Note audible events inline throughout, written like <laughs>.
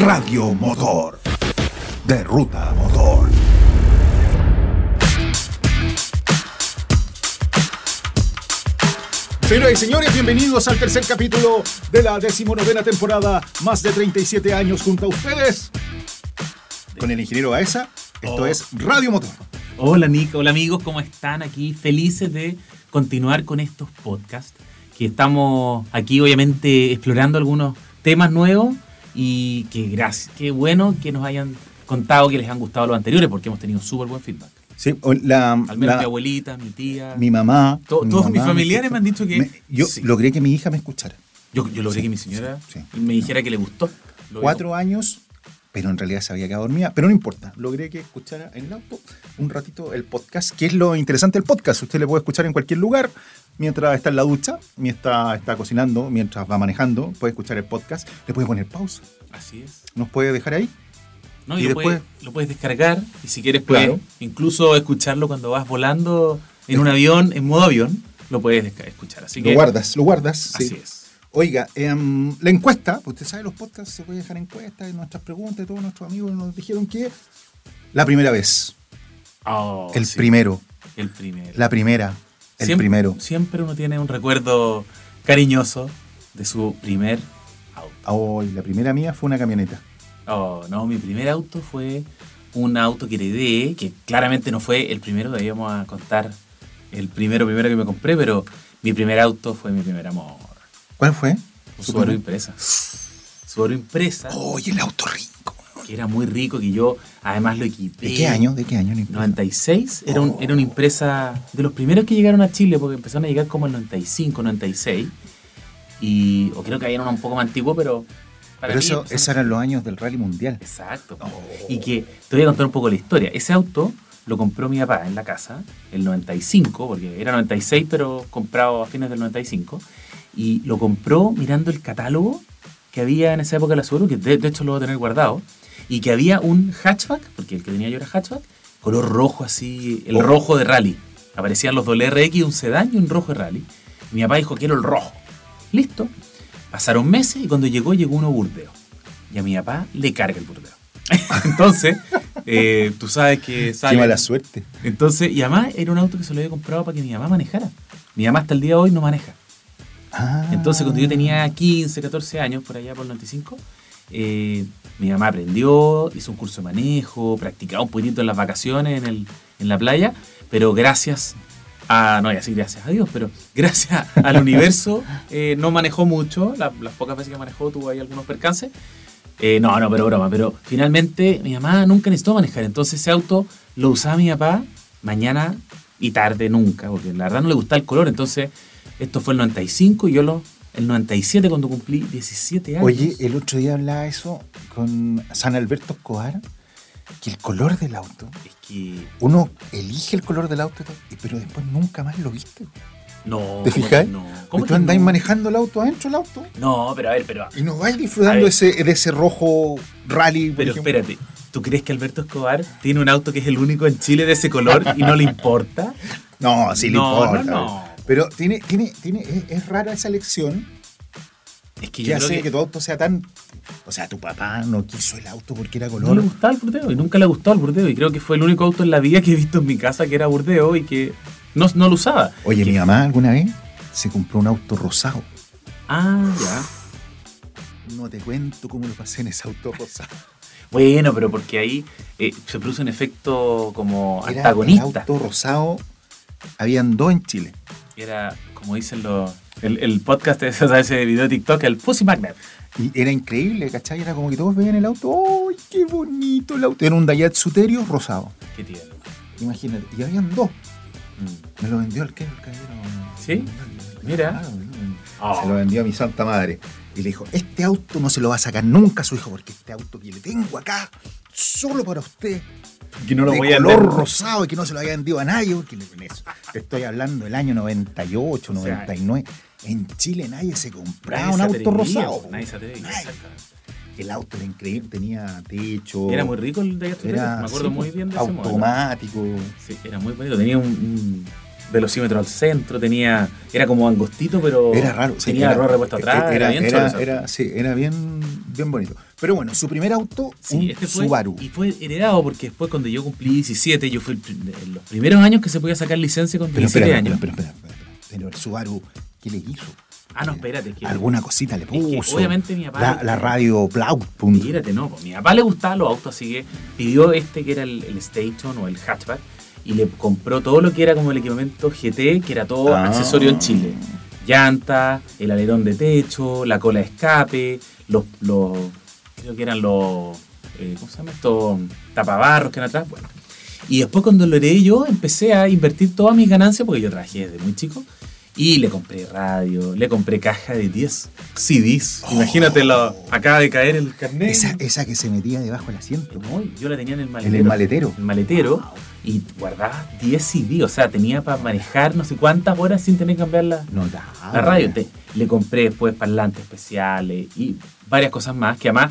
Radio Motor. De Ruta Motor. Señoras y señores, bienvenidos al tercer capítulo de la decimonovena temporada. Más de 37 años junto a ustedes. Con el ingeniero Aesa. Esto Oh. es Radio Motor. Hola Nico, hola amigos, ¿cómo están aquí? Felices de continuar con estos podcasts, que estamos aquí obviamente explorando algunos temas nuevos y que gracias, qué bueno que nos hayan contado que les han gustado los anteriores porque hemos tenido súper buen feedback. Sí, o la, Al menos la- mi abuelita, mi tía, mi mamá. To- mi todos mamá mis familiares escucha. me han dicho que- Me- yo sí. logré que mi hija me escuchara. yo, yo logré Sí, que mi señora sí, sí. me dijera que le gustó. Lo Cuatro años, pero en realidad se había quedado dormida. Pero no importa, logré que escuchara en el auto un ratito el podcast, que es lo interesante del podcast. Usted le puede escuchar en cualquier lugar, mientras está en la ducha, mientras está cocinando, mientras va manejando, puede escuchar el podcast, le puede poner pausa, digo. Así es. nos puede dejar ahí. ¿no? Y Y, lo, después- puedes, lo puedes descargar y si quieres puedes Claro. incluso escucharlo cuando vas volando en un avión, en modo avión, lo puedes desca- escuchar. Así que Lo guardas, lo guardas. Así sí. es. Oiga, em, la encuesta, usted sabe, los podcasts se puede dejar encuestas, y nuestras preguntas, y todos nuestros amigos nos dijeron que la primera vez, Oh, el sí, primero, El primero. la primera, el Siempre- primero. Siempre uno tiene un recuerdo cariñoso de su primer auto. Hoy, Oh, la primera mía fue una camioneta. Oh, no, mi primer auto fue un auto que heredé, que claramente no fue el primero, de ahí vamos a contar el primero primero que me compré, pero mi primer auto fue mi primer amor. ¿Cuál fue? Un Su Subaru primer- Impresa. Subaru Impresa, Oye, Oh, el auto rico. que era muy rico, que yo además lo equipé. ¿De qué año? ¿De qué año? No importa. 96 era, un- era una empresa de los primeros que llegaron a Chile, porque empezaron a llegar como en 95, 96. Y, o creo que había uno un poco más antiguo, pero. para Pero mí eso, empezaron- esos eran los años del rally mundial. Exacto. pues. po. Y que te voy a contar un poco la historia. Ese auto lo compró mi papá en la casa, el 95, porque era 96, pero comprado a fines del 95. Y lo compró mirando el catálogo que había en esa época de la Subaru, que de, de hecho lo voy a tener guardado. Y que había un hatchback, porque el que tenía yo era hatchback, color rojo así, el Oh. rojo de rally. Aparecían los WRX, un sedán y un rojo de rally. Y mi papá dijo, quiero el rojo. Listo. Pasaron meses y cuando llegó, llegó uno burdeo. Y a mi papá le carga el burdeo. <laughs> Entonces, eh, tú sabes que Qué sale. mala suerte. Entonces, y además era un auto que se lo había comprado para que mi mamá manejara. Mi mamá hasta el día de hoy no maneja. Ah. Entonces, cuando yo tenía 15, 14 años, por allá por el 95, eh, mi mamá aprendió, hizo un curso de manejo, practicaba un poquitito en las vacaciones en, el, en la playa, pero gracias a, Ah, no voy a decir gracias a Dios, pero gracias al <laughs> universo eh, no manejó mucho, la- las pocas veces que manejó tuvo ahí algunos percances. Eh, no, no, pero broma, pero finalmente mi mamá nunca necesitó manejar, entonces ese auto lo usaba mi papá mañana y tarde nunca, porque la verdad no le gustaba el color, entonces esto fue el 95 y yo lo, el 97 cuando cumplí 17 años. Oye, el otro día hablaba eso con San Alberto Escobar, que el color del auto, es que uno elige el color del auto, y- pero después nunca más lo viste. no. ¿cómo ¿Te fijas? No. ¿Cómo tú que andáis no? manejando el auto adentro del auto No, pero a ver, pero, y no vais A disfrutando ver. ese, de ese rojo rally. por pero ejemplo. espérate. ¿Tú crees que Alberto Escobar tiene un auto que es el único en Chile de ese color y no le importa? No, <laughs> sí le No, importa. no, no. Pero tiene, tiene, tiene, es, es rara esa elección Es que, que yo creo hace que... que, tu auto sea tan. O sea, tu papá no quiso el auto porque era no color. le gustaba el burdeo y nunca le ha gustado el burdeo. Y creo que fue el único auto en la vida que he visto en mi casa que era burdeo y que no, no lo usaba. Oye, Que- mi mamá alguna vez se compró un auto rosado. Ah, ya. No te cuento cómo lo pasé en ese auto rosado. <laughs> Bueno, pero porque ahí eh, se produce un efecto como Era antagonista. El auto rosado, habían dos en Chile. Era, como dicen los. El, el podcast <laughs> es, o sea, ese video de TikTok, el Pussy Magnet. Y era increíble, ¿cachai? Era como que todos veían el auto. ¡Ay, qué bonito el auto! Era un Daihatsu Terio rosado. Qué tierno. Imagínate. Y habían dos. Mm. Me lo vendió el que el caballero. ¿Sí? Mira. Claro, Se lo vendió a mi santa madre. Y le dijo, este auto no se lo va a sacar nunca a su hijo, porque este auto que le tengo acá, solo para usted, que no lo de voy a color leer. rosado y que no se lo había vendido a nadie, porque le- en eso, te estoy hablando del año 98, O sea, 99. en Chile nadie se compraba Ah, Nadie un se auto atrevía, pues, rosado. Nadie se atrevía, Nadie. exactamente. El auto era increíble, tenía techo. Era muy rico el de era, Me acuerdo sí, muy bien de ese modelo. Automático. Sí, era muy bonito. Tenía un, un- velocímetro al centro, tenía. Era como angostito, pero. Era raro. sí, Tenía era- error repuesto atrás, era, bien choro ese era, auto. era- sí, era bien, bien bonito. Pero bueno, su primer auto, Sí, un este fue, Subaru. Y fue heredado porque después, cuando yo cumplí 17, yo fui el pr- de los primeros años que se podía sacar licencia con Pero 17 espera, años. pero espera, espera, espera. Pero el Subaru, ¿qué le hizo? ah, no, espérate. Que, Alguna cosita le que puso. obviamente mi papá- La, la radio Plaut. punto. Espérate, no. pues, mi papá le gustaban los autos, así que pidió este que era el, el Station o el hatchback y le compró todo lo que era como el equipamiento GT, que era todo Ah. accesorio en Chile. Llanta, el alerón de techo, la cola de escape, los. los creo que eran los. eh, ¿Cómo se llama estos? Tapabarros que eran atrás. Bueno. Y después cuando lo heredé yo, empecé a invertir todas mis ganancias, porque yo trabajé desde muy chico, y le compré radio, le compré caja de 10 CDs. Oh. Imagínate, lo, acaba de caer el carnet. Esa, esa que se metía debajo del asiento. No, yo la tenía en el En maletero. el maletero. El maletero, y guardaba 10 CDs, o sea, tenía para manejar no sé cuántas horas sin tener que cambiar la, No, Ah, la radio. Te- le compré después parlantes especiales y varias cosas más que además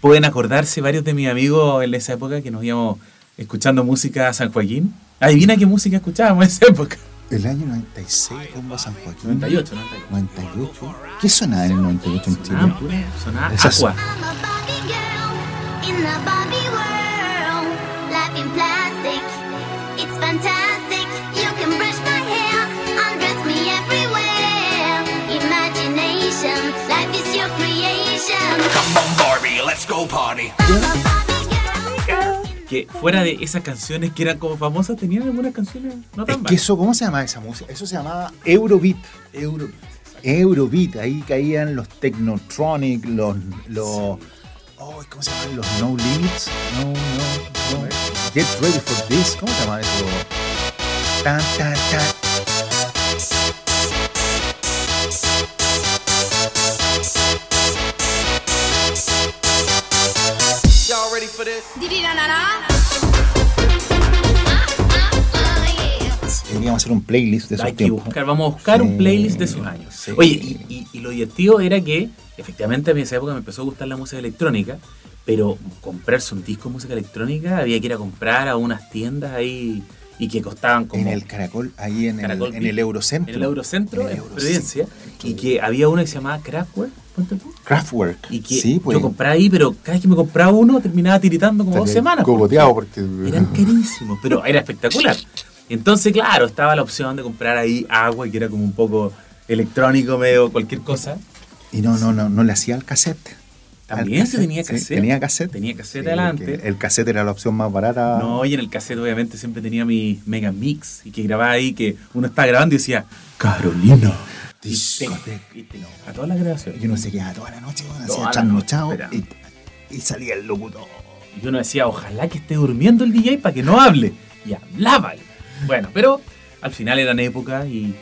pueden acordarse varios de mis amigos en esa época que nos íbamos escuchando música a San Joaquín. Adivina qué música escuchábamos en esa época. El año 96, rumbo a San Joaquín. 98, 98. 98. ¿Qué sonaba en el 98 en Chile? Sonaba, sonaba Esas- Aqua. I'm a Barbie girl in the Barbie world. Life in plastic, it's fantastic. You can brush my hair, undress me everywhere. Imagination, life is your creation. Come on, Barbie, let's go party. I'm a Barbie girl. Que fuera de esas canciones que eran como famosas, tenían algunas canciones no Es tan que malas. eso, ¿cómo se llamaba esa música? Eso se llamaba Eurobeat. Eurobeat. ahí caían los Technotronic, los. los oh, ¿Cómo se llamaban? Los No Limits. No, no, no. Get ready for this. ¿Cómo se llamaban eso? Tan, tan, tan. Y'all ready for this? Ah, oh, Deberíamos hacer un playlist de Hay esos que tiempos. buscar, vamos a buscar Sí, un playlist de sus años. sí. Oye, y, y- y lo divertido era que, efectivamente, a mí en esa época me empezó a gustar la música electrónica, pero comprarse un disco de música electrónica había que ir a comprar a unas tiendas ahí y que costaban como En el Caracol, ahí en, Caracol el, en el Beat, Eurocentro. en el Eurocentro, En en, el Eurocentro. Providencia, y que había uno que se llamaba Kraftwerk, ponte tú, Kraftwerk. y que sí, pues. yo compraba ahí, pero cada vez que me compraba uno terminaba tiritando como dos semanas. Cogoteado porque. <laughs> Eran carísimos, pero era espectacular. Entonces, claro, estaba la opción de comprar ahí agua, que era como un poco electrónico, medio cualquier cosa. Y no, no, no, no le hacía al cassette. También Al se tenía sí, cassette. tenía cassette. Tenía cassette Sí, adelante. porque El cassette era la opción más barata. No, y en el cassette obviamente siempre tenía mi mega mix y que grababa ahí, que uno estaba grabando y decía, Carolina. Y te- Discoteca. y te- a todas las grabaciones. Yo no sé qué, toda la noche, bueno, Toda hacía la trasnochado noche, y, y salía el locutor. Y uno decía, ojalá que esté durmiendo el DJ para que no hable. Y hablaba. Bueno, pero al final eran épocas y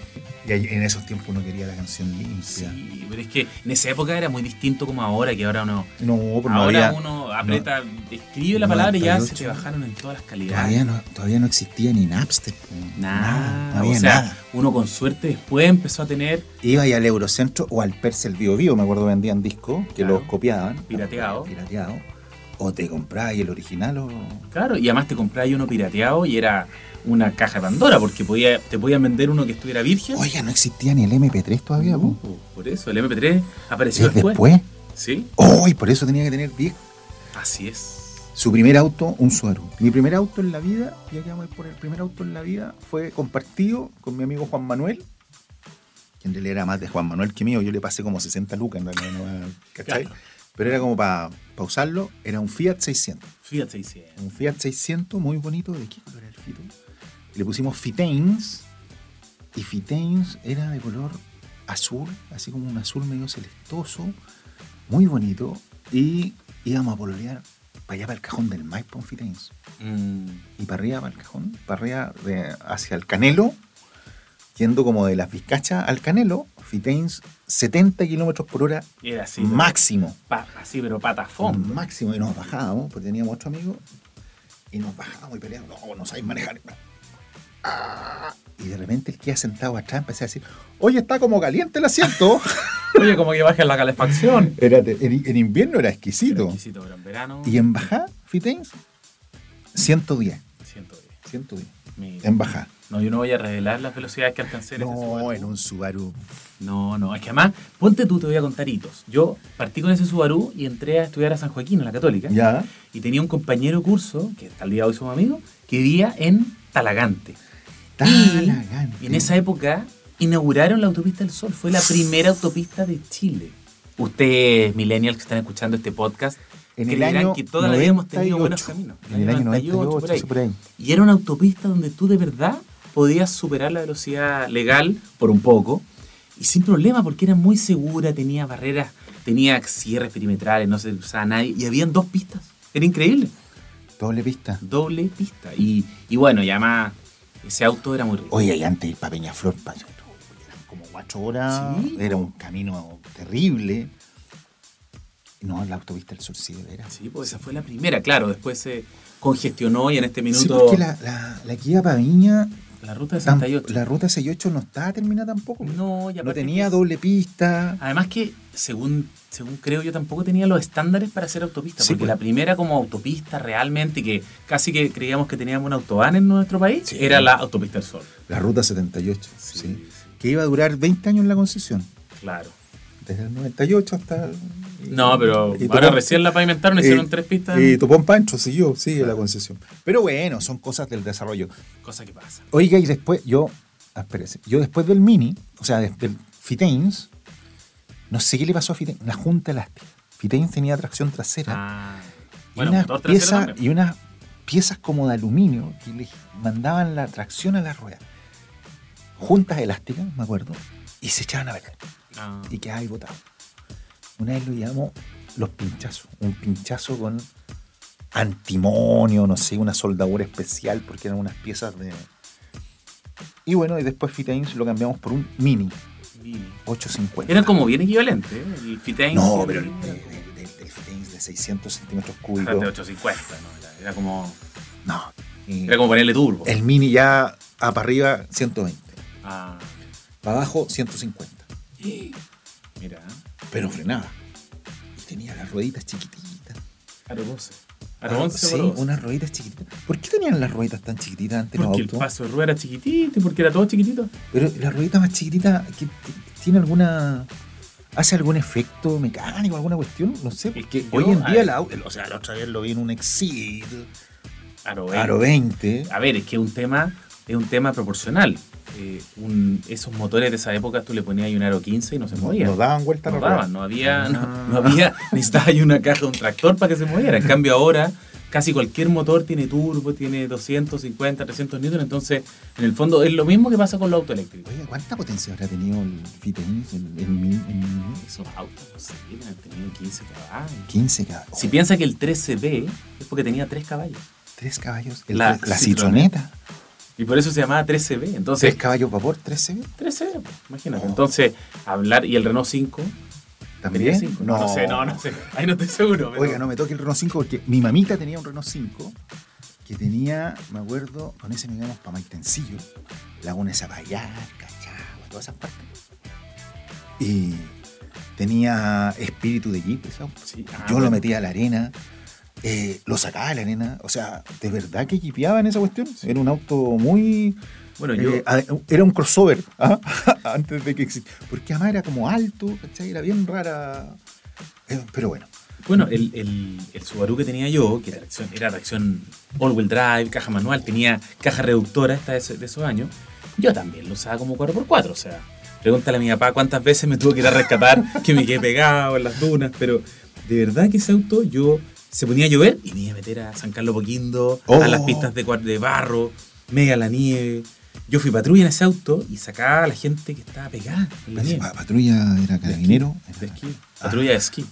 Y ahí- en esos tiempos uno quería la canción limpia. Sí, pero es que en esa época era muy distinto como ahora, que ahora uno, No, pero no ahora había. uno aprieta, escribe la palabra y ya se te bajaron en todas las calidades. Todavía no, todavía no existía ni Napster. ni Nada, no había o sea, nada. uno con suerte después empezó a tener Iba ahí al Eurocentro o al Percel Bio Bio, me acuerdo vendían discos que Claro. los copiaban. Pirateado. Pirateado. O te comprabas el original o. Claro, y además te comprabas uno pirateado y era una caja de Pandora, porque podía, te podían vender uno que estuviera virgen. Uh, Oiga, no existía ni el MP3 todavía, ¿no? Por eso, el MP3 apareció ¿Es después. después? Sí, ¡Oh! Y por eso tenía que tener 10. así es. Su primer auto, un Subaru. Mi primer auto en la vida, ya que vamos a ir por el primer auto en la vida, fue compartido con mi amigo Juan Manuel, que en realidad era más de Juan Manuel que mío. Yo le pasé como 60 lucas, en realidad, no era- ¿cachai? Pero era como para usarlo. Era un Fiat 600. Fíjate, dice. Un Fiat 600 muy bonito. ¿De qué color era el Fito? Le pusimos Fitains. Y Fitains era de color azul, así como un azul medio celestoso. Muy bonito. Y íbamos a pololear para allá para el cajón del Maipo en Fitains. Mm, Y para arriba para el cajón, para arriba de- hacia el Canelo. Yendo como de las Vizcachas al Canelo, Fitains 70 kilómetros por hora era así. pero máximo pa- así, pero patafón. fondo máximo y nos bajábamos, porque teníamos otro amigo, y nos bajábamos y peleábamos, no, no sabéis manejar. Ah, y de repente el que ha sentado atrás empecé a decir, oye, está como caliente el <laughs> asiento. Mm. Oye, como que bajan la calefacción. Era te- en, en invierno era Era exquisito. exquisito, pero en verano. Y en bajada, Fitains, 110. siento bien. 110. mira. en bajada. No, yo no voy a revelar las velocidades que alcancé en ese No, Subaru. en un Subaru. No, no, es que además, ponte tú, te voy a contar hitos. Yo partí con ese Subaru y entré a estudiar a San Joaquín, a la Católica. Ya. Y tenía un compañero curso, que hasta el día de hoy somos amigos, que vivía en Talagante. Y Talagante. en esa época inauguraron la autopista del Sol. Fue la primera autopista de Chile. Ustedes, millennials que están escuchando este podcast, En el creerán año que toda la vida hemos 98. tenido buenos caminos. En el año 98, por ahí. por ahí. Y era una autopista donde tú de verdad podías superar la velocidad legal por un poco y sin problema porque era muy segura, tenía barreras, tenía cierres perimetrales, no se usaba nadie y habían dos pistas. Era increíble. Doble pista. Doble pista. Y, y bueno, y además ese auto era muy rico. Oye, y antes ir para Peñaflor, pa- eran como cuatro horas, Sí. era un camino terrible. No, la autopista del sur sí, de veras. Sí, pues esa fue la primera, claro. Después se congestionó y en este Sí, minuto porque la, la, la, la que iba para Viña, ruta de tam- 68. la ruta 68 no estaba terminada tampoco. No, y No aparte tenía que- Ah. doble pista. Además que, según, según creo yo, tampoco tenía los estándares para ser autopista. Sí, porque pues. la primera como autopista realmente, que casi que creíamos que teníamos un autobahn en nuestro país, era la autopista del Sol. La ruta 78, sí, Sí, sí. Que iba a durar 20 años en la concesión. Claro. Desde el 98 hasta. No, pero y ahora Topón- recién la pavimentaron, eh, hicieron tres pistas. Y Topón Pancho siguió, sigue la concesión. Pero bueno, son cosas del desarrollo. Cosa que pasa. Oiga, y después, yo, ah, espérese, yo después del Mini, o sea, des- del Fitains, no sé qué le pasó a Fitains, la junta elástica. Fitains tenía tracción trasera. Ah. y, Bueno, unas motor trasero piezas, también. y unas piezas como de aluminio que le mandaban la tracción a la rueda. Juntas elásticas, me acuerdo, y se echaban a ver, Ah. y quedaba ahí botado. Una vez lo llamó los pinchazos, un pinchazo con antimonio, no sé, una soldadura especial, porque eran unas piezas de... Y bueno, y después Fitains lo cambiamos por un Mini Mini. 850. Eran como bien equivalentes. ¿eh? El Fitains. No, el pero el, Mini era como- el- el- el Fitains de 600 centímetros Era de cúbicos. 850, ¿no? Era, era como, No. Y era como ponerle turbo. El Mini ya a para arriba 120, Ah, para abajo 150. mira. Pero frenaba. Y tenía las rueditas chiquititas. Aro 12. Ah, Aro 11 sí, por 12. unas rueditas chiquititas. ¿Por qué tenían las rueditas tan chiquititas antes los Porque el autos? paso de rueda era chiquitito y porque era todo chiquitito. Pero la ruedita más chiquitita, que t- ¿tiene alguna. hace algún efecto mecánico, alguna cuestión? No sé, que porque yo- hoy en a día ver. la. O sea, la otra vez lo vi en un Exit, Aro 20. Aro 20. A ver, es que un tema es un tema proporcional. Eh, un- esos motores de esa época tú le ponías ahí un aro 15 y no se No, movía. no daban vuelta No la rueda. daban, <laughs> no había, no, Ah. no había, necesitaba ahí una caja de un tractor para que se moviera. En cambio ahora, casi cualquier motor tiene turbo, tiene 250, 300 newton, entonces en el fondo es lo mismo que pasa con los autos eléctricos. Oye, ¿cuánta potencia habrá tenido el Fitens? El, el, Mini- el Mini? Esos autos, no sé, deben haber tenido 15 caballos. 15 caballos. Si piensa que el 13B es porque tenía 3 caballos. 3 oh, caballos. El- La la, Citroën. citroneta. Y por eso se llamaba 13B. 3 Entonces, caballos vapor, 13. 13B, pues, imagínate. No. Entonces, hablar. ¿Y el Renault 5? ¿También? ¿Tenía cinco? No. no sé, no, no sé. Ahí no estoy seguro. pero- Oiga, no me toque el Renault 5 porque mi mamita tenía un Renault 5 que tenía, me acuerdo, con ese nos íbamos para Maitencillo, Laguna de Zapallar, Cachagua, todas esas partes. Y tenía espíritu de jeep ese auto. Sí, ah, Yo lo bueno. metía a la arena, eh, lo sacaba de la arena. O sea, de verdad que jipeaba en esa cuestión. Era un auto muy... Bueno, Eh, yo. ade- era un crossover <laughs> ¿ah? antes de que existiera. Porque además era como alto, ¿cachai? Era bien rara. Eh, pero bueno, Bueno, el, el, el Subaru que tenía yo, que era tracción, era tracción all-wheel drive, caja manual, tenía caja reductora esta de, ese- de esos años, yo también lo usaba como 4x4, o sea, pregúntale a mi papá cuántas veces me tuvo que ir a rescatar, <laughs> que me quedé pegado en las dunas, pero de verdad que ese auto yo se ponía a llover y me iba a meter a San Carlos Poquindo, Oh. a las pistas de, cuar- de barro, mega la nieve. Yo fui patrulla en ese auto y sacaba a la gente que estaba pegada en la nieve. Pa- patrulla era carabinero. era- De esquí. Patrulla de esquí.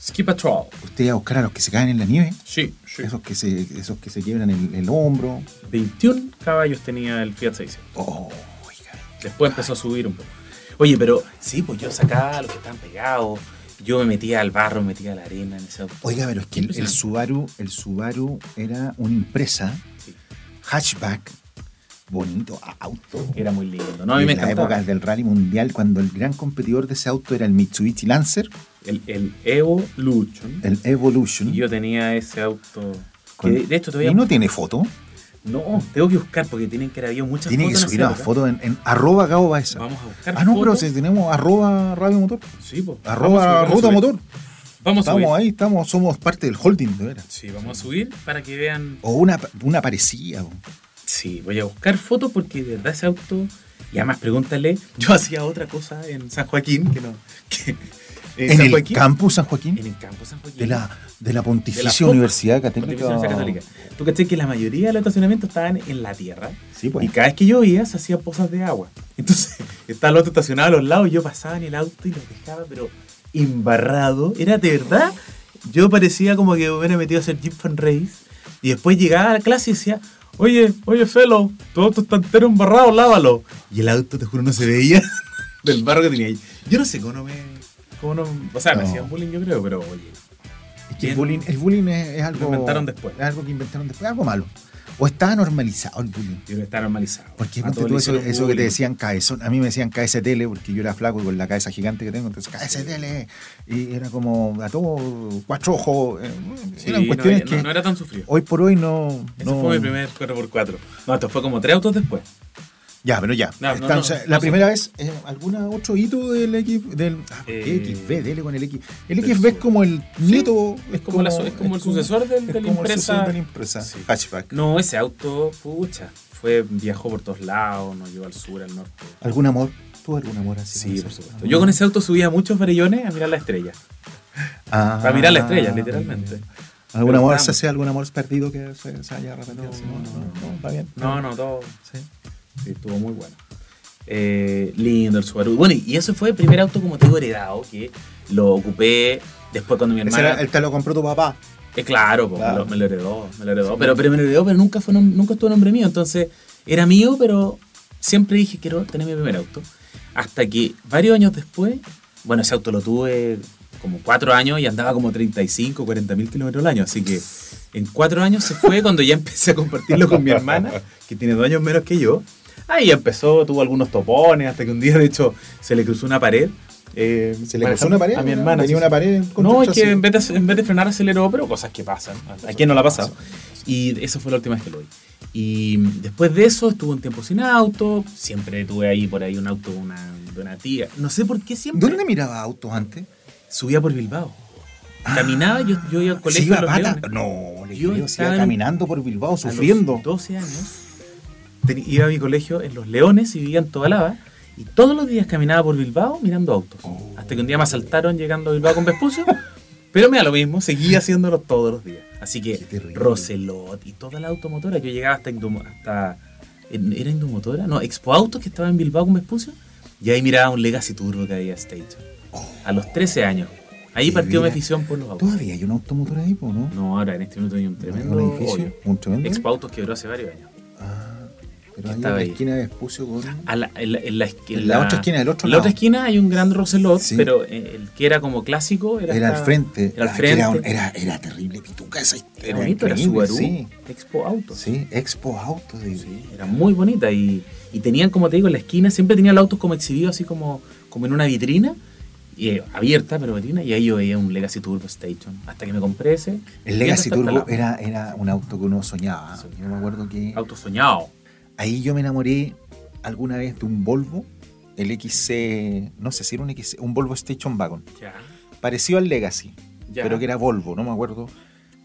Ski Patrol. Usted iba a buscar a los que se caen en la nieve, Sí, sí. esos que se, esos que se quiebran el, el hombro. 21 caballos tenía el Fiat 600. Oh, oiga. Después empezó a subir un poco. Oye, pero sí, pues yo sacaba a los que estaban pegados. Yo me metía al barro, me metía a la arena en ese auto. Oiga, pero es que el, el Impresionante. Subaru, el Subaru era una impresa, Sí, hatchback, bonito auto. era muy lindo. No, a mí en me las encantaba. épocas del Rally Mundial, cuando el gran competidor de ese auto era el Mitsubishi Lancer, El, el Evolution. el Evolution. Y yo tenía ese auto. Que Con- de- de hecho todavía. ¿Y no tiene foto? No, tengo que buscar porque tienen que haber habido muchas Tiene que fotos. en subir esa una época. foto en, en arroba Gabo Baeza. Vamos a buscar. Ah, no, pero fotos. si tenemos arroba Radio Motor. Sí, po. Vamos Arroba a subir, vamos a Ruta subir. Motor. Vamos a subir. Estamos ahí, estamos, somos parte del holding, de veras. Sí, vamos a subir para que vean. O una, una parecida. po. Sí, voy a buscar fotos porque de verdad ese auto. Y además, pregúntale. Yo hacía otra cosa en San Joaquín que no. que- En Eh, San el Joaquín. campus San Joaquín En el campo San Joaquín. de la, de la De la Pontificia PUC, Universidad Católica. Pontificia Universidad Católica. Tú caché que la mayoría de los estacionamientos estaban en la tierra. Sí, Y pues. cada vez que llovía se hacían pozas de agua. <laughs> Entonces estaba el auto estacionado a los lados, yo pasaba en el auto y los dejaba, pero embarrado. Era de verdad. Yo parecía como que me hubiera metido a hacer Jeep Fan Race. Y después llegaba a la clase y decía, oye, oye, Felo, tu auto está entero embarrado, lávalo. Y el auto, te juro, no se veía <laughs> del barro que tenía ahí. Yo no sé cómo no me... Cómo no, o sea, me No. hacían bullying yo creo, pero oye. Es que bien. el bullying, el bullying es, es algo. inventaron después. Es algo que inventaron después, algo malo. O está normalizado el bullying. Yo creo que está normalizado. Porque A ponte todos tú le eso, hicieron eso que te bullying. decían cabezón. A mí me decían KSTL porque yo era flaco y con la cabeza gigante que tengo. Entonces, KSTL. Y era como a todo cuatro ojos. eh, Sí, eran no, cuestiones no- que no era tan sufrido. hoy por hoy no. Ese no- fue mi primer 4x4. No, esto fue como tres autos después. Ya, pero ya. No, no, Está- no, o sea, no la sé. primera vez, eh, ¿alguna otro hito del X? Del, ah, ¿por qué Eh, XB, dele con el X. El del XB es sur. como el nieto. es como la su- es como el sucesor del- es del como el Impreza. sucesor del Impreza. Sí. Hatchback. No, ese auto, pucha, fue, viajó por todos lados, nos llevó al sur, al norte. ¿Algún amor? ¿Tuvo algún amor así? Sí, con por ese- supuesto. Yo con ese auto subía a muchos varillones a mirar la estrella. Ah, A mirar la estrella, literalmente. ¿Algún Pero amor, estamos. se hace algún amor perdido que se, se haya arrepentido? No, no, no, está bien. No, no, todo. Sí. Sí, estuvo muy bueno. Eh, lindo el Subaru. Bueno, y y ese fue el primer auto, como te digo, heredado, que lo ocupé después cuando mi Ese hermana. era, el te lo compró tu papá. Eh, claro, po, Claro. Me, lo, me lo heredó, me lo heredó. pero, pero me lo heredó, pero nunca, fue nom- nunca estuvo a nombre mío. Entonces, era mío, pero siempre dije, quiero tener mi primer auto. Hasta que varios años después, bueno, ese auto lo tuve como cuatro años y andaba como 35, 40 mil kilómetros al año. Así que en cuatro años se fue cuando ya <laughs> empecé a compartirlo con mi hermana, que tiene dos años menos que yo. Ahí empezó, tuvo algunos topones, hasta que un día, de hecho, se le cruzó una pared. eh, Se le cruzó una pared. A mi hermana. Tenía una sí, sí. pared. con No, tu es que chasis. en vez, de, en vez de frenar aceleró, pero cosas que pasan. ¿A quién no la ha pasado? Y eso fue la última vez que lo vi. Y después de eso estuve un tiempo sin auto. Siempre tuve ahí por ahí un auto de una, de una tía. No sé por qué siempre. ¿Dónde miraba autos antes? Subía por Bilbao. Caminaba, yo, yo iba al colegio. se iba de a los pata. Leones. No, le Yo creo, se iba estaba en- caminando por Bilbao, A los sufriendo. 12 años. teni- Iba a mi colegio en Los Leones y vivía en Tobalaba. Y todos los días caminaba por Bilbao mirando autos. Oh. Hasta que un día me asaltaron llegando a Bilbao con Vespucio. <laughs> pero me da lo mismo, seguía haciéndolo todos los días. Así que Qué terrible. Roselot y toda la automotora. Yo llegaba hasta. Indum- hasta en- ¿Era Indomotora? No, Expo Autos que estaba en Bilbao con Vespucio. Y ahí miraba un Legacy Turbo que había Stage. A los 13 años. Ahí Qué partió mi vida. afición por los autos. Todavía hay un automotor ahí, po, ¿no? No, ahora en este minuto hay un tremendo. Ah, un edificio, hoyo. un tremendo. Expo Autos quebró hace varios años. Ah, pero ahí en Estaba la ahí. Ah, esquina de Espucio con. A la, en, la, en la esqui- En en la otra esquina, del otro en la otra lado. esquina hay un gran Roselot, Sí. pero eh, el que era como clásico era, Era esta- al frente. Era al Ah, que era, frente. era- era terrible pituca esa historia. Era bonito, era increíble, Subaru, Sí, Expo Autos. sí, Expo Autos. de- Sí, era muy bonita y, y tenían, como te digo, en la esquina siempre tenían los autos como exhibidos, así como, como en una vitrina, y, eh, abierta, pero vitrina, y ahí yo veía un Legacy Turbo Station. Hasta que me compré ese. El Legacy Viendo hasta Turbo hasta era, era un auto que uno soñaba. Yo me acuerdo que la- Auto soñado. ahí yo me enamoré alguna vez de un Volvo, el XC, no sé si era un XC, un Volvo Station Wagon, Ya. parecido al Legacy, Ya. pero que era Volvo, no me acuerdo.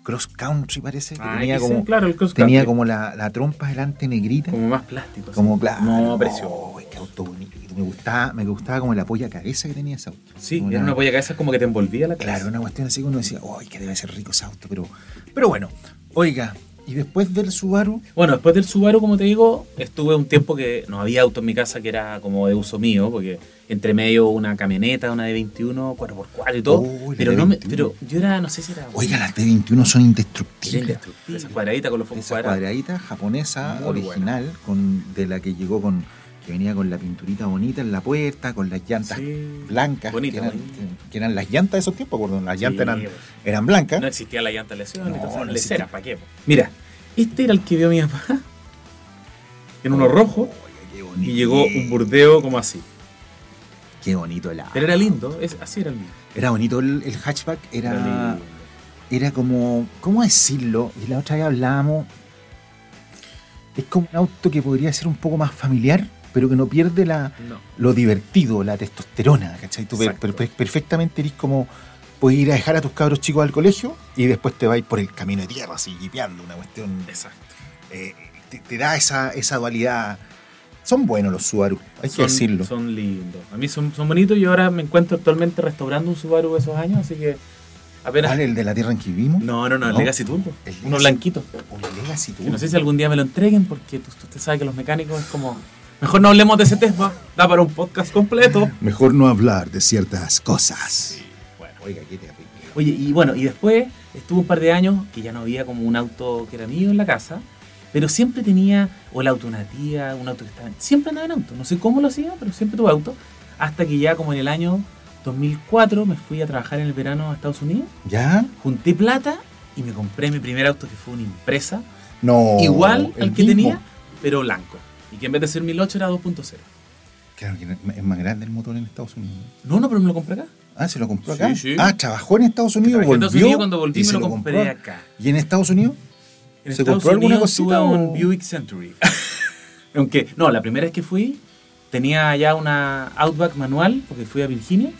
Cross Country parece, que Ah, tenía, que sí, como, claro, el cross tenía country. como la, la trompa delante negrita. Como más plástico. así. Como claro. No, precioso. oh, qué auto bonito. Me gustaba, me gustaba como la polla cabeza que tenía ese auto. Sí, era una polla cabeza como que te envolvía la cabeza. Claro, una cuestión así que uno decía, uy, que debe ser rico ese auto, pero. Pero bueno, oiga, y después del Subaru, Bueno, después del Subaru, como te digo, estuve un tiempo que no había auto en mi casa que era como de uso mío, porque entre medio una camioneta, una de 21, 4x4 y todo. Uy, la pero, de no me, 21. pero yo era, no sé si era. oiga, las T21 son era indestructibles. indestructible, Esa cuadradita con los focos Esa cuadrados. cuadradita japonesa Muy original, con, de la que llegó con. que venía con la pinturita bonita en la puerta, con las llantas Sí. blancas. Bonita, que, eran, bonita. que eran las llantas de esos tiempos, perdón. Las Sí, llantas eran, pues. eran blancas. No existía la llanta lesión, No, entonces no no existía. ¿para qué? po? Mira, este era el que vio mi papá en uno rojo Oiga, qué y bonito. llegó un burdeo como así. Qué bonito el auto. Pero era lindo, es- así era el mío. Era bonito el, el hatchback, Era era, lindo. era como, ¿cómo decirlo? Y la otra vez hablábamos, es como un auto que podría ser un poco más familiar, pero que no pierde la, No. lo divertido, la testosterona, ¿cachai? Tú per- Exacto. per- perfectamente eres como, puedes ir a dejar a tus cabros chicos al colegio y después te vais por el camino de tierra, así, jipeando, una cuestión... Exacto. eh, te, te da esa, esa dualidad. Son buenos los Subaru, hay que Son- decirlo. Son lindos. A mí son, son bonitos y ahora me encuentro actualmente restaurando un Subaru de esos años, así que apenas. ¿Cuál, el de la tierra en que vivimos? No, no, no, el ¿No? Legacy Turbo. El Legacy. Uno blanquito. ¿O la Legacy tú? Que no sé si algún día me lo entreguen porque tú- usted sabe que los mecánicos es como. Mejor no hablemos de ese tema, da para un podcast completo. Mejor no hablar de ciertas cosas. Oiga, ¿qué te apetece? Oye, y bueno, y después estuve un par de años que ya no había como un auto que era mío en la casa, pero siempre tenía o el auto de una tía, un auto que estaba. Siempre andaba en auto, no sé cómo lo hacía, pero siempre tuve auto. Hasta que ya como en el año 2004 me fui a trabajar en el verano a Estados Unidos, ¿Ya? junté plata y me compré mi primer auto que fue una impresa, No. igual Oh, el al que mismo. tenía, pero blanco. Y que en vez de ser 1008 era 2.0. Claro que es más grande el motor en Estados Unidos. No, no, pero me lo compré acá. Ah, se lo compró Sí, acá. sí. Ah, trabajó en Estados Unidos, Trabajé en volvió. Estados Unidos cuando volví y me se lo compré compró. acá. ¿Y en Estados Unidos? En ¿Se Estados compró alguna Unidos tuve cosita o- un Buick Century. <laughs> Aunque, no, la primera vez que fui tenía ya una Outback manual porque fui a Virginia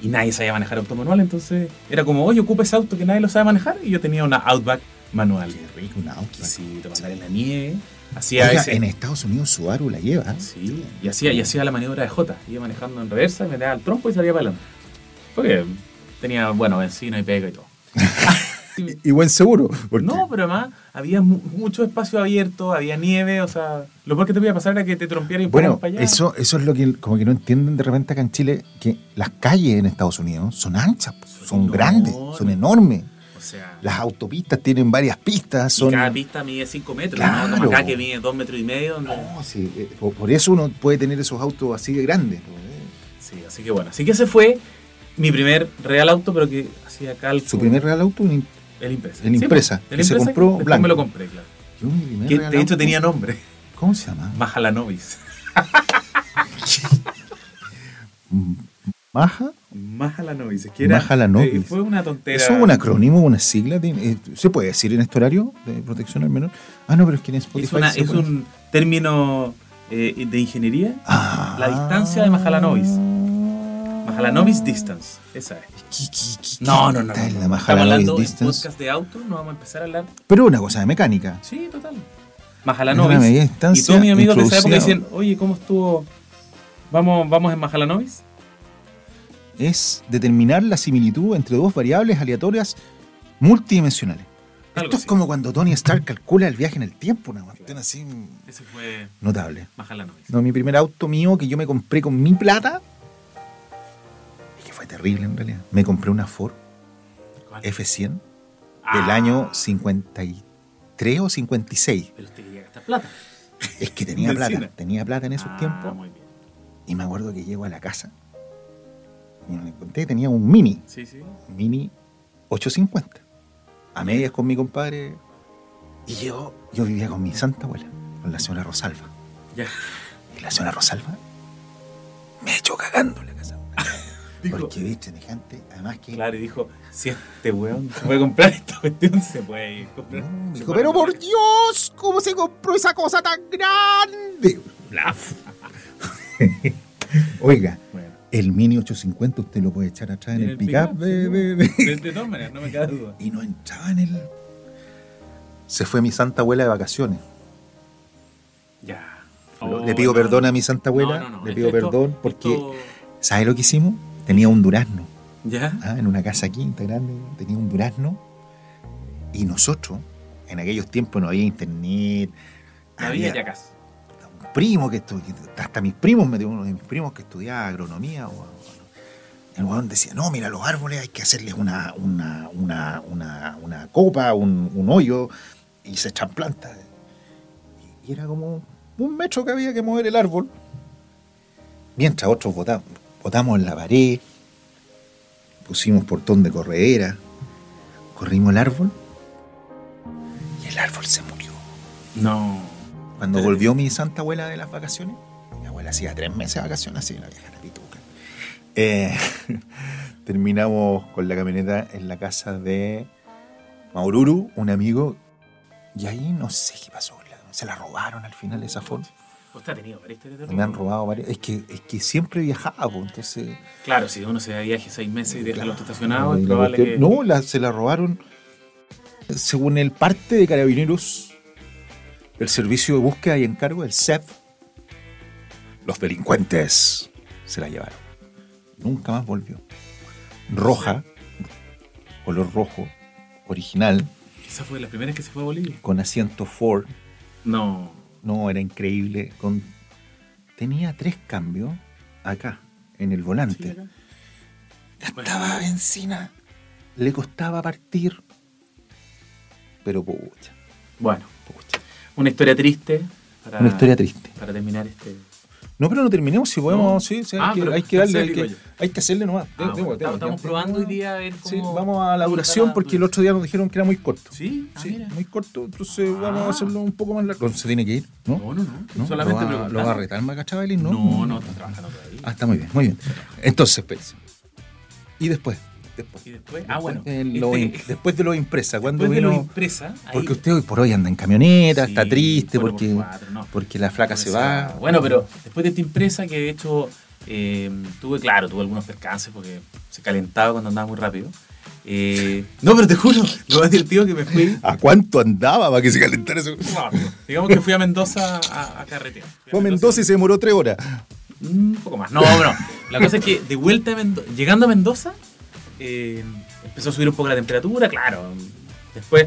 y nadie sabía manejar auto manual, entonces era como, oye, ocupa ese auto que nadie lo sabe manejar y yo tenía una Outback manual. Qué rico, un auto. Y sí, te pasaba en la nieve, hacía Oiga, ese- en Estados Unidos Subaru la lleva. Sí, y hacía, y hacía la maniobra de J, iba manejando en reversa, me daba el trompo y salía para adelante. Porque tenía, bueno, benzina y pega y todo. Y buen seguro. porque- No, pero además había mu- mucho espacio abierto, había nieve, o sea, lo peor que te podía pasar era que te trompeara y Bueno, fueras para allá. eso, eso es lo que como que no entienden de repente acá en Chile, que las calles en Estados Unidos son anchas, pues, son, Son grandes, son enormes. O sea, Las autopistas tienen varias pistas, son... cada pista mide 5 metros, Claro. ¿no? Como acá que mide 2 metros y medio. donde- No, sí, eh, por, por eso uno puede tener esos autos así de grandes. pues, eh. Sí, así que bueno, así que ese fue mi primer real auto, pero que hacía acá el... Su primer real auto, un- El impresa. el Impresa, pues, el que se Impresa, compró después blanco. me lo compré, claro. yo mi primer Que real de hecho auto- tenía nombre, <laughs> ¿Cómo se llama? Majalanovis. Maja. Majalanovis, es que era... Majalanovis. eh, Fue una tontera. ¿Eso es un acrónimo, una sigla? ¿Tiene- eh, ¿Se puede decir en este horario de protección al menor? Ah, no, pero es que en Spotify Es, una- se es puede- un término eh, de ingeniería Ah. La distancia de Majalanovis. Majalanovis Distance, esa es. ¿Qué- qué- qué- qué No, no, tal la no. no, no. Estamos hablando Majalanovis en Distance? podcast de auto, no vamos a empezar a hablar. Pero una cosa de mecánica. Sí, Es total. una medida de Majalanovis. Y distancia todos mis amigos de esa época introducida. dicen, oye, ¿cómo estuvo? ¿Vamos, vamos en Majalanovis? Es determinar la similitud entre dos variables aleatorias multidimensionales. Algo Esto es así. como cuando Tony Stark calcula el viaje en el tiempo, una cuestión así Ese fue notable. Majalanovis. No, mi primer auto mío que yo me compré con mi plata, y que fue terrible en realidad, me compré una Ford ¿Cuál? F100 del Ah, año 53 o 56. Pero usted quería gastar plata. Es que tenía Benzina. plata, tenía plata en esos Ah, tiempos. muy bien. Y me acuerdo que llego a la casa. Y le conté que tenía un mini, Sí, sí. un mini 850. A medias con mi compadre. Y yo, yo vivía con mi santa abuela, con la señora Rosalba. <laughs> Ya. Y la señora Rosalba me echó cagando en la casa. Dijo- Porque viste, semejante, además que. Claro, y dijo, si este weón se puede comprar esta cuestión, se puede comprar. No, se me dijo, puede pero comprar". por Dios, ¿cómo se compró esa cosa tan grande? La- Oiga, Bueno. el Mini 850 usted lo puede echar atrás en, el pickup. sí, de- de- de- De, de todas maneras, no me <laughs> queda duda. y no entraba en el. Se fue mi santa abuela de vacaciones. Ya. le pido perdón a mi santa abuela, le pido perdón porque, ¿sabe lo que hicimos? Tenía un durazno, ¿Ya? ah, en una casa quinta grande, tenía un durazno. Y nosotros, en aquellos tiempos no había internet, Ah, La vida ya casi. un primo que estudiaba, hasta mis primos, me dio uno de mis primos que estudiaba agronomía. o- o- el weón decía, no, mira, los árboles hay que hacerles una, una, una, una, una copa, un, un hoyo, y se echan plantas. Y, y era como un metro que había que mover el árbol. Mientras otros votamos, votamos en la pared, pusimos portón de corredera, corrimos el árbol, y el árbol se murió. No. Cuando volvió mi santa abuela de las vacaciones, mi abuela hacía tres meses de vacaciones, así, la vieja la pituca. Eh, <laughs> terminamos con la camioneta en la casa de Maururu, un amigo, y ahí no sé qué pasó. la- No Se la robaron al final esa foto. Usted ha tenido varias historias de robo. Me han robado varias. Es que, es que siempre viajaba, pues, entonces. Claro, si uno se da viaje seis meses y deja Claro. los estacionados, es Y la probable cuestión- que. No, la- se la robaron. Según el parte de carabineros, el servicio de búsqueda y encargo del CEP, los delincuentes se la llevaron. Nunca más volvió. Roja, color rojo, original, Esa fue de las primeras que se fue a Bolivia. con asiento Ford. No. No, era increíble. Con... Tenía tres cambios acá, en el volante. gastaba benzina, le costaba partir. Pero pucha, Bueno, pucha. una historia triste. Para, Una historia triste. Para terminar este. No, pero no terminemos si podemos. No. Sí, sí, Ah, hay, que, pero hay que darle. en Hay serio, que, yo. hay que hacerle nomás. Ah, bueno, estamos- estamos probando hoy día a ver Sí, cómo- vamos a la cómo duración está la porque el otro día nos dijeron que era muy corto. Sí, ah, Sí, mira. muy corto, entonces vamos a Ah. hacerlo un poco más largo. ¿Se tiene que ir? No, No, no, no. ¿No? Solamente ¿Lo va, preguntar. ¿Lo va a retar Macachabelis? No, No, no, está trabajando todavía. Ah, está muy bien, muy bien. Entonces, espérense. Y después. Después. Y después. Ah, bueno. Eh, lo este- in- después de lo impresa, cuando después de lo vino- impresa. ahí- Porque usted hoy por hoy anda en camioneta, Sí, está triste bueno, porque, por cuatro, no. porque la flaca se Entonces, va. Bueno, pero después de esta impresa que de hecho eh, tuve, claro, tuve algunos percances porque se calentaba cuando andaba muy rápido. <laughs> Eh, no, pero te juro, <laughs> lo más divertido que me fui. <laughs> ¿A cuánto andaba para que se calentara eso? Rápido. Digamos que fui a Mendoza a, a carretear. Fui Fue a Mendoza y se demoró tres horas. Mm, Un poco más. No, bueno. La cosa es que de vuelta a Mendoza, llegando a Mendoza, eh, empezó a subir un poco la temperatura, claro. Después,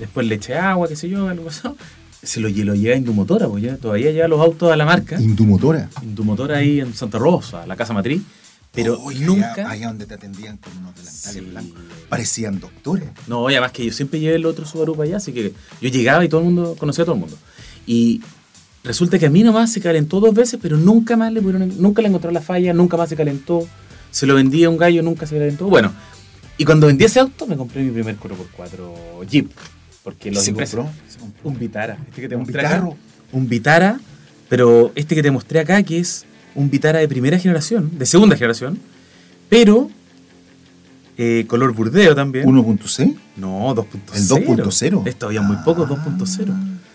después le eché agua, qué sé yo, algo pasó. Se lo, lo lleva a Indumotora, porque ya- todavía lleva los autos a la marca. Indumotora. Indumotora ahí en Santa Rosa, la casa matriz. Pero Uy, allá- nunca. Allá, donde te atendían con unos delantales Sí. blancos. Parecían doctores. No, y además que yo siempre llevé el otro Subaru para allá, así que yo llegaba y todo el mundo conocía a todo el mundo. Y resulta que a mí nomás se calentó dos veces, pero nunca más le pudieron, nunca le encontraron la falla, nunca más se calentó. Se lo vendía a un gallo, nunca se calentó. Bueno, y cuando vendí ese auto me compré mi primer 4x4 Jeep, porque los Se impresos- compró, se compró. Un Vitara, este que te Un mostré acá. Vitaro. Un Vitara, pero este que te mostré acá que es un Vitara de primera generación, de segunda generación, pero eh, color burdeo también. 1.6. No, 2.0. El 2.0. Es todavía muy poco, Ah. 2.0.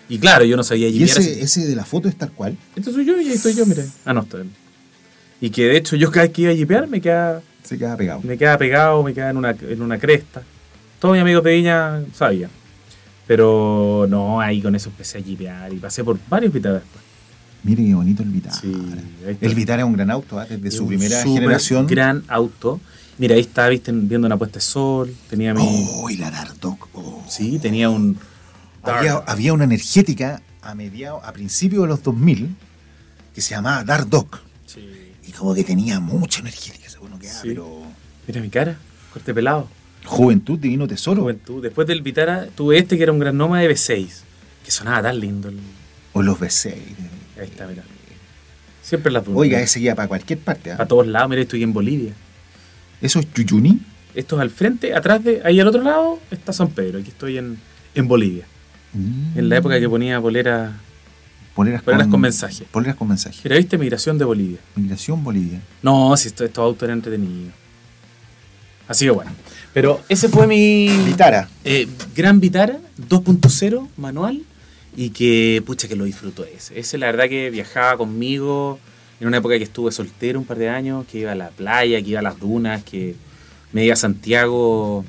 Y claro, yo no sabía Y Jimmy era ese, así. ese de la foto es tal cual. Este soy yo y ahí estoy yo, mire. Ah, no, estoy. Y que de hecho yo cada vez que iba a jipear me quedaba, Se queda pegado. me quedaba pegado, me quedaba en una, en una cresta. Todos mis amigos de Viña sabían. Pero no, ahí con eso empecé a jipear y pasé por varios pitadas después. Mire qué bonito el Vitara. Sí, ahí está. el Vitara es un gran auto, ¿ah? desde su Un primera súper generación. Gran auto. Mira, ahí estaba, viste, viendo una puesta de sol. Tenía mi. Oh, y la Dardoc. oh. Sí, tenía un. Había, había una energética a mediados, a principios de los 2000 que se llamaba Dark Dog. Sí. Y como que tenía mucha energética, seguro que era, Sí. pero. Mira mi cara, corte pelado. Juventud, divino tesoro. Juventud. Después del Vitara tuve este que era un gran noma de B6, que sonaba tan lindo. el- O los B6. Ahí está, mira. Siempre las dudas. Oiga, ese guía para cualquier parte. ¿ah? Para todos lados, mira, estoy en Bolivia. Eso es Yuyuni. Esto es al frente, atrás de. Ahí al otro lado está San Pedro. Aquí estoy en, en Bolivia. En la época que ponía polera. Poleras, poleras con mensaje. Poleras con mensaje. Mira, viste, migración de Bolivia. Migración Bolivia. No, si esto, estos autos eran entretenidos. Así que bueno. Pero ese fue mi. Vitara. Eh, Gran Vitara 2.0 manual y que pucha que lo disfruto ese. Ese la verdad que viajaba conmigo en una época que estuve soltero un par de años, que iba a la playa, que iba a las dunas, que me iba a Santiago,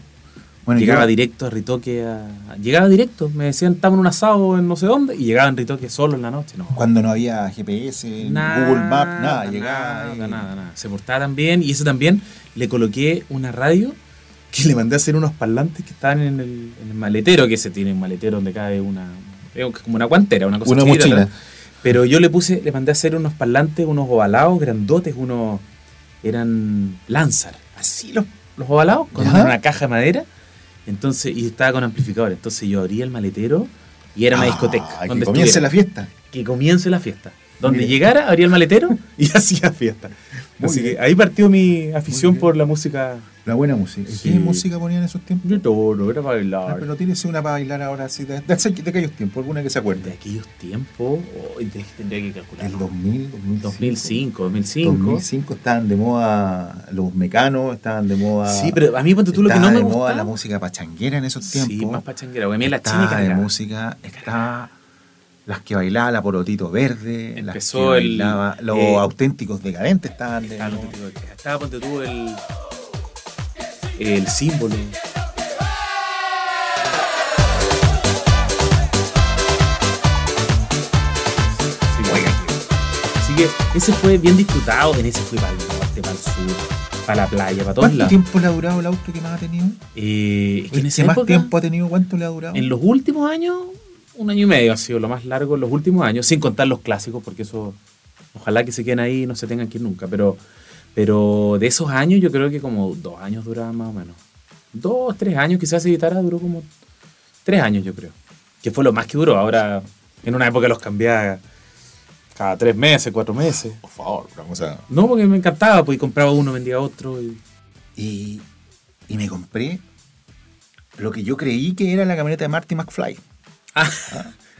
Bueno, llegaba yo- directo a Ritoque, a- a- llegaba directo, me decían estaba en un asado en no sé dónde y llegaba en Ritoque solo en la noche, no. Cuando no había GPS, Google Maps, nada, llegaba. Nada, y- nada, nada. Se portaba tan bien y ese también le coloqué una radio que le mandé a hacer unos parlantes que estaban en el, en el maletero que se tiene, un maletero donde cae una. es como una guantera, una cosa Una chiquitita, mochila. ¿verdad? Pero yo le puse, le mandé a hacer unos parlantes, unos ovalados grandotes, unos. eran Lanzar, así los, los ovalados, con Ajá. una caja de madera. Entonces, y estaba con amplificador. Entonces yo abría el maletero y era una Ah, discoteca. que donde comience estuviera la fiesta. que comience la fiesta. Donde Mire. llegara, abría el maletero <laughs> y hacía fiesta. Muy Así bien. que ahí partió mi afición bien. por la música. La buena música. ¿Y Sí. ¿Qué música ponían en esos tiempos? Yo todo, era Ah, bailar. pero tírese una para bailar ahora así, de, de- de aquellos tiempos, alguna que se de acuerde. aquellos tiempos, hoy te- tendría que calcular. El 2000, 2005. 2005, 2005. 2005 estaban de moda los mecanos, estaban de moda. Sí, pero a mí, ponte tú lo que no estaba me de moda gustaba. la música pachanguera en esos sí, tiempos. más pachanguera. porque a mí la Estaba chica de era- música, estaba Las que bailaba la Porotito Verde, Empezó las que el, bailaba- los eh, auténticos decadentes estaban de- Estaba, ponte tú, estaba, ponte tú, el, el símbolo. Sí, Oiga, Así que ese fue bien disfrutado, en ese fui para el norte, para el sur, para la playa, para todos ¿Cuánto lados. tiempo le ha durado el auto que más ha tenido? Eh, es que en ¿El esa que más época, tiempo ha tenido? ¿Cuánto le ha durado? en los últimos años, un año y medio ha sido lo más largo en los últimos años, sin contar los clásicos, porque eso, ojalá que se queden ahí y no se tengan que ir nunca, pero, pero de esos años yo creo que como dos años duraba más o menos. Dos, tres años, quizás si guitarra duró como tres años yo creo, que fue lo más que duró. Ahora, en una época los cambiaba cada tres meses, cuatro meses. Por favor, vamos a... No, porque me encantaba, pues y compraba uno, vendía otro. y- y, y me compré lo que yo creí que era la camioneta de Marty McFly.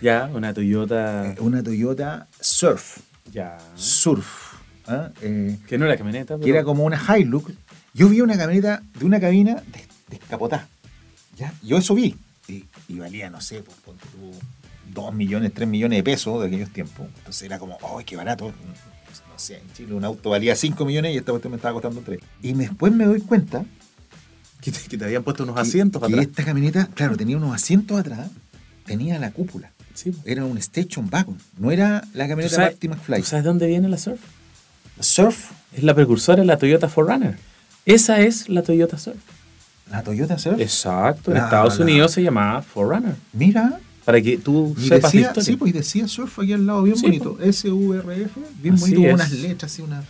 Ya, una Toyota. Eh, Una Toyota Surf. Ya. Surf. ¿ah? Eh, Que no era camioneta, pero. que era como una Hilux. Yo vi una camioneta de una cabina des- descapotada. ¿ya? Yo eso vi. Y, y valía, no sé, pues, ponte tú, 2 millones, 3 millones de pesos de aquellos tiempos. Entonces era como, ¡ay, qué barato! No sé, en Chile un auto valía 5 millones y esta cuestión me estaba costando 3. Y después me doy cuenta Que te, que te habían puesto unos que- asientos que para atrás. esta camioneta, claro, tenía unos asientos atrás, tenía la cúpula. Sí. pues. po. Era un station wagon. No era la camioneta sabes- Marty McFly. ¿Tú sabes de dónde viene la Surf? Surf, Es la precursora de la Toyota 4Runner. Esa es la Toyota Surf. la Toyota Surf. Exacto. En Ah, Estados la- Unidos se llamaba 4Runner. Mira, Para que tú y sepas decía, de historia. sí, pues, y decía Surf aquí al lado, bien Sí, pues. bonito. S-U-R-F, bien Así bonito, con es. unas letras, así una.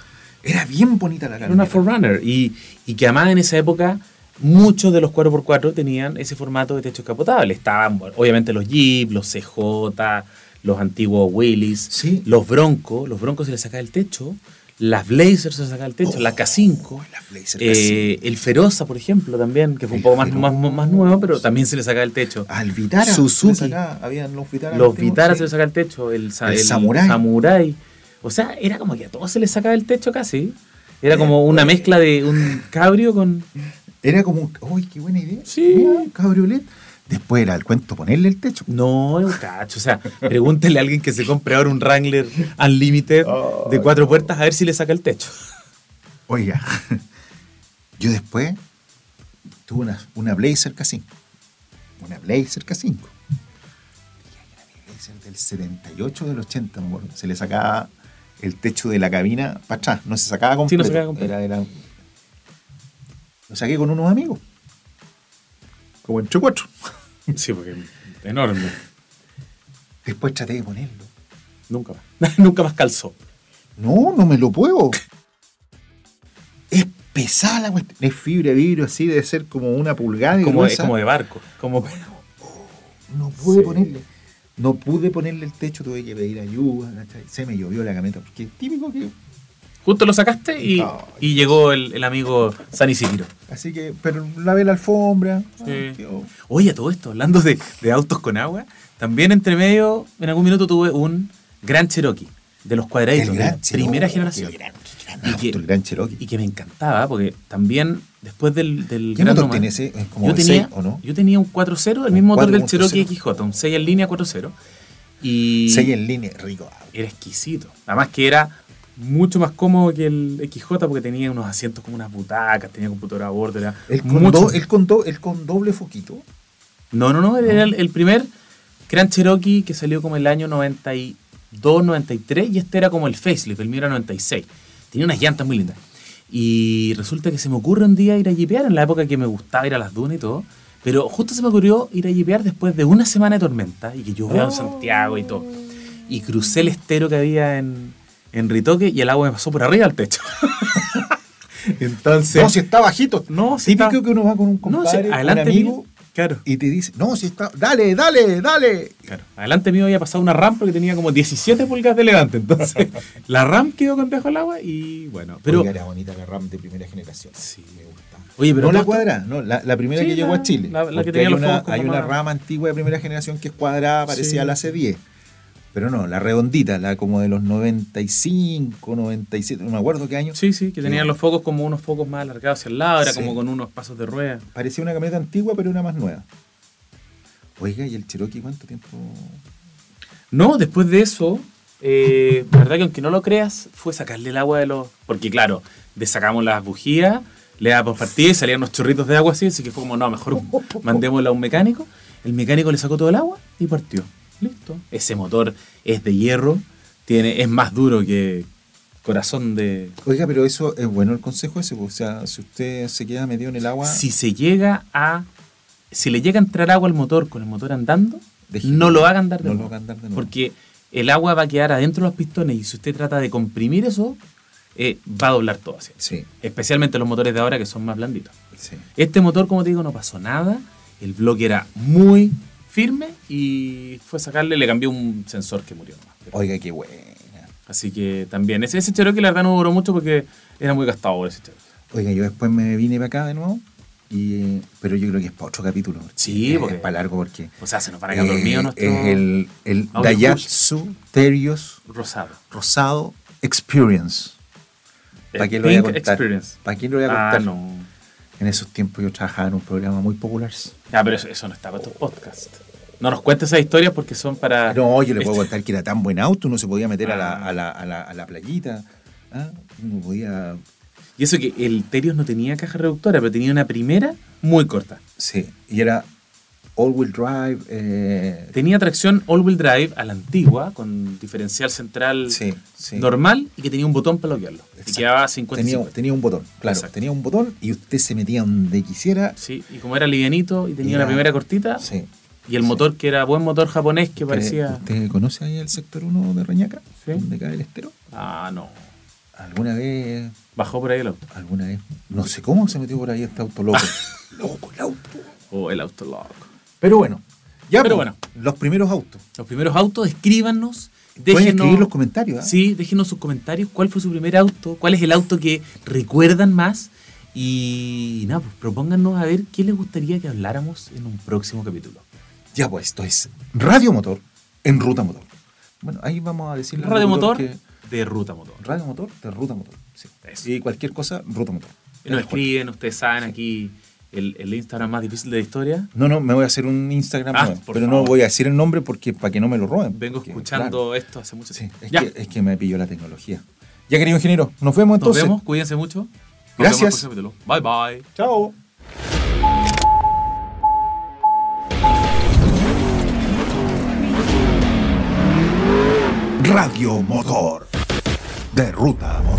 Era bien bonita la Era una camioneta. 4Runner. Y, y que además en esa época muchos de los 4x4 tenían ese formato de techo escapotable. Estaban bueno, obviamente los Jeep, los CJ, los antiguos Willys, Sí. los Broncos. Los Broncos se les sacaba el techo. Las Blazers se les sacaba el techo. Oh, la K5. la Blazer K5. eh, el Feroza, por ejemplo, también, que fue un El poco más, Feroza. más, más nuevo, pero también se le sacaba el techo. Al Vitara. Suzuki. se le sacaba- habían los Vitara. Los antiguos, Vitara sí. se les sacaba el techo, el, sa- El Samurai. Samurai. O sea, era como que a todos se les sacaba el techo casi. Era Eh, como una oye. mezcla de un cabrio con... Era como, un- ¡Uy, qué buena idea! Sí. Mira, un cabriolet. Después era el cuento ponerle el techo. No, es un cacho. O sea, pregúntele a alguien que se compre ahora un Wrangler Unlimited Oh, de cuatro puertas a ver si le saca el techo. Oiga, <laughs> yo después tuve una, una Blazer K5. Una Blazer K5. Dije, "Ay, era mi Blazer del 78 del 80, me acuerdo. Se le sacaba el techo de la cabina para atrás. No se sacaba Sí, completo. no se sacaba completo. Era- era- Lo saqué con unos amigos. Como entre cuatro. <laughs> Sí, porque es enorme. Después traté de ponerlo. Nunca más. <laughs> Nunca más calzó. No, no me lo puedo. Es pesada la cuestión. Es fibra de vidrio así, debe ser como una pulgada. de Como, es gruesa. como de barco. Como... No pude Sí. ponerle. No pude ponerle el techo, tuve que pedir ayuda. ¿cachai? Se me llovió la camioneta. Porque es típico que. Justo lo sacaste y, Ay. y llegó el, el amigo San Isidro. Así que, pero lavé la alfombra. Sí. ay, quedó. Oye, a todo esto, hablando de, de autos con agua, también entre medio, en algún minuto tuve un Gran Cherokee, de los cuadraditos, de la primera generación. El gran, Y auto, que- el gran Cherokee. Y que me encantaba, porque también después del, del ¿Qué motor Nomad, tiene ese? ¿Es como yo V6 tenía, o no? Yo tenía un 4.0, el Un mismo motor del 4.0. Cherokee XJ, un 6 en línea 4.0. Y Seis en línea, rico. era exquisito. Además que era mucho más cómodo que el XJ porque tenía unos asientos como unas butacas, tenía computadora a bordo, era El con, mucho do- el con do- el con doble foquito. No, no, no, era el, el primer Grand Cherokee que salió como el año 92, 93 y este era como el facelift, el mío era 96. Tenía unas llantas muy lindas. Y resulta que se me ocurre un día ir a jipear en la época que me gustaba ir a las dunas y todo. Pero justo se me ocurrió ir a jipear después de una semana de tormenta y que Oh. llovía en Santiago y todo. Y crucé el estero que había en, en Ritoque y el agua me pasó por arriba al techo. <laughs> Entonces. No, si está bajito. No, si Típico está- que uno va con un No, sí, compadre, con adelante, un amigo, mira. Claro. y te dice, no, si está, dale, dale, dale. Claro. Adelante mío había pasado una RAM porque tenía como 17 pulgadas de levante. <laughs> Entonces, la RAM quedó con dejo al agua y bueno. Pero, Oiga, era bonita la RAM de primera generación. Sí. me gusta. oye, pero no la todo esto- cuadrada, no, la, la primera Sí, que llegó la- a Chile. la- la que porque tenía hay los una, focos hay como una más- rama antigua de primera generación que es cuadrada, parecía Sí. la C10. Pero no, la redondita, la como de los 95, 97, no me acuerdo qué año. Sí, sí, que tenía Sí. los focos como unos focos más alargados hacia el lado, era Sí. como con unos pasos de rueda. Parecía una camioneta antigua, pero una más nueva. Oiga, ¿y el Cherokee cuánto tiempo? No, después de eso, eh, la verdad que aunque no lo creas, fue sacarle el agua de los... Porque claro, desacamos las bujías, le damos partida y salían unos chorritos de agua así, así que fue como, no, mejor mandémosla a un mecánico. El mecánico le sacó todo el agua y partió. Listo. Ese motor es de hierro, tiene, es más duro que corazón de... Oiga, pero eso es bueno el consejo ese, pues, o sea, si usted se queda metido en el agua, Si se llega a... Si le llega a entrar agua al motor con el motor andando, Déjelo. no lo haga andar de no lo nuevo. haga andar de nuevo. Porque el agua va a quedar adentro de los pistones y si usted trata de comprimir eso, eh, va a doblar todo así. Sí, Especialmente los motores de ahora que son más blanditos. sí. Este motor, como te digo, no pasó nada. El bloque era muy firme y fue a sacarle, le cambió un sensor que murió nomás. Pero- Oiga, qué buena. Así que también, ese, ese Cherokee la verdad no duró mucho porque era muy gastado ese Cherokee. Oiga, yo después me vine para acá de nuevo, y, pero yo creo que es para otro capítulo. Sí, es, porque- para largo porque... O sea, se nos van a quedar eh, dormidos nuestros Es el, el audio Daihatsu Terios rosado. Rosado Experience. ¿Para El qué lo voy a Pink contar? Experience. ¿Para qué lo voy a Ah, contar? no. En esos tiempos yo trabajaba en un programa muy popular. Ah, pero eso, eso no está para tus podcasts. No nos cuentes esas historias porque son para. No, yo le puedo Este- contar que era tan buen auto, no se podía meter a, la, Ah. a, la, a, la, a la playita. ¿ah? Uno podía... Y eso que el Terios no tenía caja reductora, pero tenía una primera muy corta. Sí, y era all-wheel drive. eh, Tenía tracción all-wheel drive a la antigua, con diferencial central sí, sí. normal y que tenía un botón para bloquearlo. Y Exacto. quedaba 50 Tenía, tenía un botón, claro. Exacto. Tenía un botón y usted se metía donde quisiera. Sí, y como era livianito y tenía Era- una primera cortita, Sí. y el motor que era buen motor japonés que ¿Usted, parecía. usted conoce ahí el sector 1 de Reñaca? Sí. ¿Dónde cae el estero? Ah, no. ¿Alguna vez Bajó por ahí el auto. alguna vez. No sé cómo se metió por ahí este auto <laughs> loco. loco el auto. O el auto loco. Pero bueno. Ya, Pero pues, bueno. Los primeros autos. Los primeros autos, escríbanos. Pueden déjenos- escribir los comentarios. ¿ah? Sí, déjenos sus comentarios. ¿Cuál fue su primer auto? ¿Cuál es el auto que recuerdan más? Y nada, pues propónganos a ver qué les gustaría que habláramos en un próximo capítulo. Ya, pues esto es Radio Motor en Ruta Motor. Bueno, ahí vamos a decirle. al Radio Motor locutor que- de Ruta Motor. Radio Motor de Ruta Motor. Sí. Eso. Y cualquier cosa, Ruta Motor. Nos escriben, ustedes saben aquí el, el Instagram más difícil de la historia. No, no, me voy a hacer un Instagram Ah, nuevo, por pero no favor. voy a decir el nombre porque para que no me lo roben. Vengo porque, escuchando claro, esto hace mucho sí, tiempo. es, ya, que, es que me pilló la tecnología. Ya, querido ingeniero, nos vemos nos entonces. vemos, cuídense mucho. Nos vemos Gracias. en el próximo capítulo. Bye bye. Chao. Radio Motor de Ruta Motor.